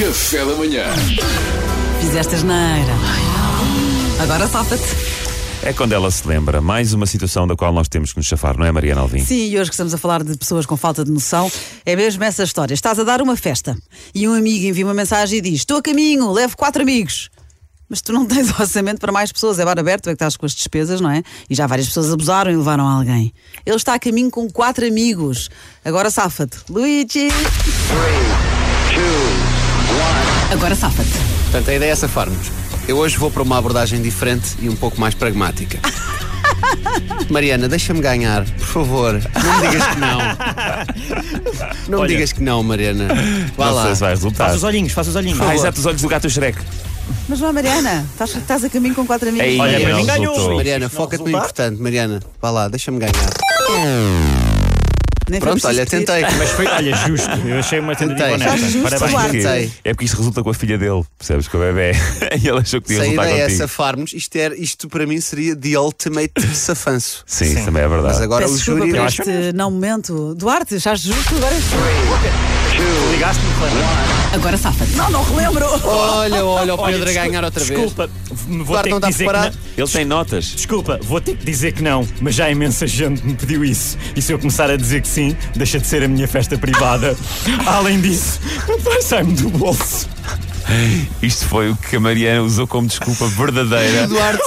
Café da manhã. Fizeste asneira. Agora safa-te. É quando ela se lembra, mais uma situação da qual nós temos que nos chafar, não é, Mariana Alvim? Sim, e hoje que estamos a falar de pessoas com falta de noção, é mesmo essa história. Estás a dar uma festa e um amigo envia uma mensagem e diz: Estou a caminho, levo quatro amigos. Mas tu não tens orçamento para mais pessoas, é bar aberto, tu é que estás com as despesas, não é? E já várias pessoas abusaram e levaram alguém. Ele está a caminho com quatro amigos. Agora safa-te. Luigi! Agora safa-te. Portanto, a ideia é safarmos. Eu hoje vou para uma abordagem diferente e um pouco mais pragmática. Mariana, deixa-me ganhar, por favor. Não me digas que não. Não Olha. me digas que não, Mariana. Vá não lá. sei se vai resultar. Faz os olhinhos, faz os olhinhos. Ah, exato, os olhos do gato Shrek. Mas não, é, Mariana, estás, estás a caminho com quatro amigos. Ei, Olha, para não mim ganhou. resultou. Mariana, Isto não foca-te no resultar? importante, Mariana. Vá lá, deixa-me ganhar. Nem foi Pronto, é preciso pedir. olha, tentei. Mas foi, olha, justo. Eu achei uma tentativa Tentei. honesta. Justo, Parabéns. claro. Porque- Sei. É porque isto resulta com a filha dele, percebes? Com a bebê. e ele achou que Se ia a resultar ideia é contigo. safarmos, isto, era- isto para mim seria the ultimate safanço. Sim, isso também é verdade. Mas agora Peço o desculpa júri. por este não momento. Duarte, estás justo? Agora, Ligaste-me, Clara. agora safa-te. Não, não relembro. Olha, olha, o Pedro a desculpa- ganhar outra vez. Desculpa, me vou Claro, ter não tá dá que dizer que para não. Ele tem notas. Desculpa, vou ter que dizer que não, mas já imensa gente me pediu isso. E se eu começar a dizer que sim, deixa de ser a minha festa privada. Além disso, vai sair-me do bolso. Isto foi o que a Mariana usou como desculpa verdadeira. O Duarte,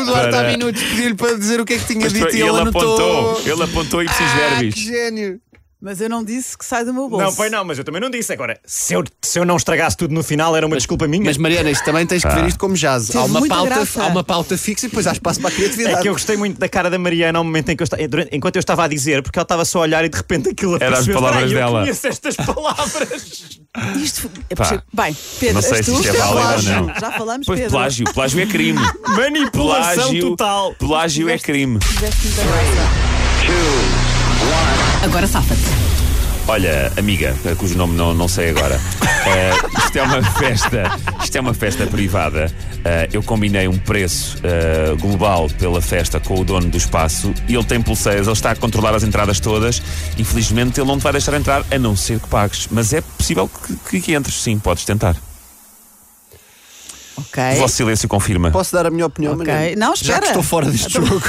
o Duarte Para- há minutos pediu-lhe para dizer o que é que tinha Mas dito foi- e ele anotou. apontou, ele apontou e preciso Ah, que verbis. gênio. Mas eu não disse que sai do meu bolso. Não, foi não, mas eu também não disse. Agora, se eu, se eu não estragasse tudo no final, era uma desculpa minha. É Mas Mariana, isto também tens que ver isto como jazz. Há uma, muita pauta, graça. há uma pauta fixa e depois há espaço para a É criatividade. que eu gostei muito da cara da Mariana ao momento em que eu estava, enquanto eu estava a dizer, porque ela estava só a olhar e de repente aquilo Era as apareceu. palavras "Peraí, dela." Eu conheço estas palavras. Isto foi... é Pá. possível. Bem, Pedro, Não sei és se tu? isto é válido ou plágio. não. Já falamos, Pois Pedro. plágio, plágio é crime. Manipulação Plágio, total. plágio é crime. Tiveste muita graça. Agora safa-te. Olha, amiga, cujo nome não, não sei agora. eh, isto é uma festa, isto é uma festa privada. Eh, eu combinei um preço eh, global pela festa com o dono do espaço e ele tem pulseiras, ele está a controlar as entradas todas. Infelizmente ele não te vai deixar entrar, a não ser que pagues. Mas é possível que, que- que entres, sim, podes tentar. Ok. O vosso silêncio confirma. É Posso dar a minha opinião, Ok. Mariana? Não, Já espera. que estou fora deste jogo.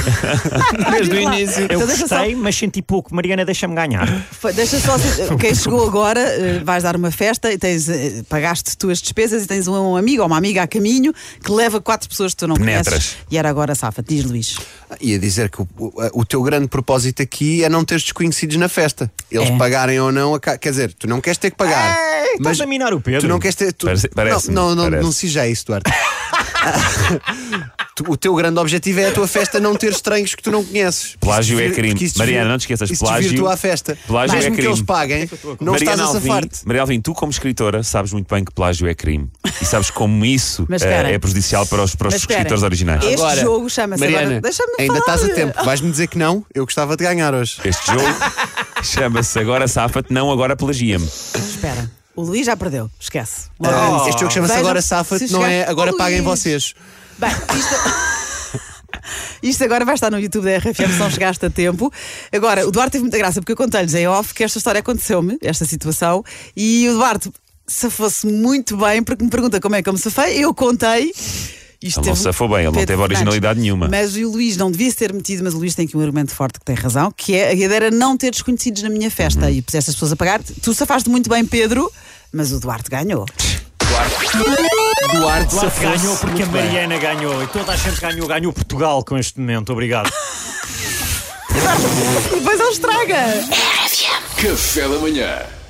Desde o início. Eu então deixa só, gostei, mas senti pouco. Mariana, deixa-me ganhar. fa- deixa só se- quem chegou agora, eh, vais dar uma festa e tens, eh, pagaste tuas despesas e tens um amigo ou uma amiga a caminho que leva quatro pessoas que tu não Penetras. conheces. E era agora safa-te, diz Luís. Ia dizer que o, o- o teu grande propósito aqui é não teres desconhecidos na festa. Eles É. pagarem ou não, a ca- quer dizer, tu não queres ter que pagar. Ei, mas estás a minar o Pedro. Tu não queres ter. Tu, Parece- parece-me, não, não, não, parece. não se já isso, Duarte. Tu- o teu grande objetivo é a tua festa não ter estranhos que tu não conheces. Plágio é crime. Mariana, não te esqueças, plágio- Isso à festa. plágio é Mesmo que crime. eles paguem, não Mariana estás a Alvim- safar-te. Maria Alvim, tu como escritora sabes muito bem que plágio é crime e sabes como isso Mas eh, esperem. é prejudicial para os, para os Mas esperem. escritores originais. Este jogo chama-se agora- Mariana, deixa-me ainda falar. estás a tempo. Vais-me dizer que não? Eu gostava de ganhar hoje. Este jogo chama-se Agora Safa-te, não Agora Pelagia-me. Espera, o Luís já perdeu, esquece. Oh. Ah, este jogo chama-se Vejam, Agora safa se não é chegar- Agora Oh, Paguem Luís. Vocês. Bem, isto... Isto agora vai estar no YouTube da RFM, se não chegaste a tempo. Agora, o Duarte teve muita graça, porque eu contei-lhes em off que esta história aconteceu-me, esta situação, e o Duarte se fosse muito bem, porque me pergunta como é que eu me safei, eu contei. Isto Ele não teve- safou bem, ele não Pedro teve originalidade Fernandes. nenhuma. Mas o Luís não devia se ter metido, mas o Luís tem aqui um argumento forte que tem razão, que é a ideia era não ter desconhecidos na minha festa Uhum. e puseste as pessoas a pagar. Tu safaste muito bem, Pedro, mas o Duarte ganhou. Duarte, Duarte safou-se ganhou porque a muito bem. Mariana ganhou e toda a gente ganhou, ganhou Portugal com este momento. Obrigado. E depois ele estraga! Café da manhã.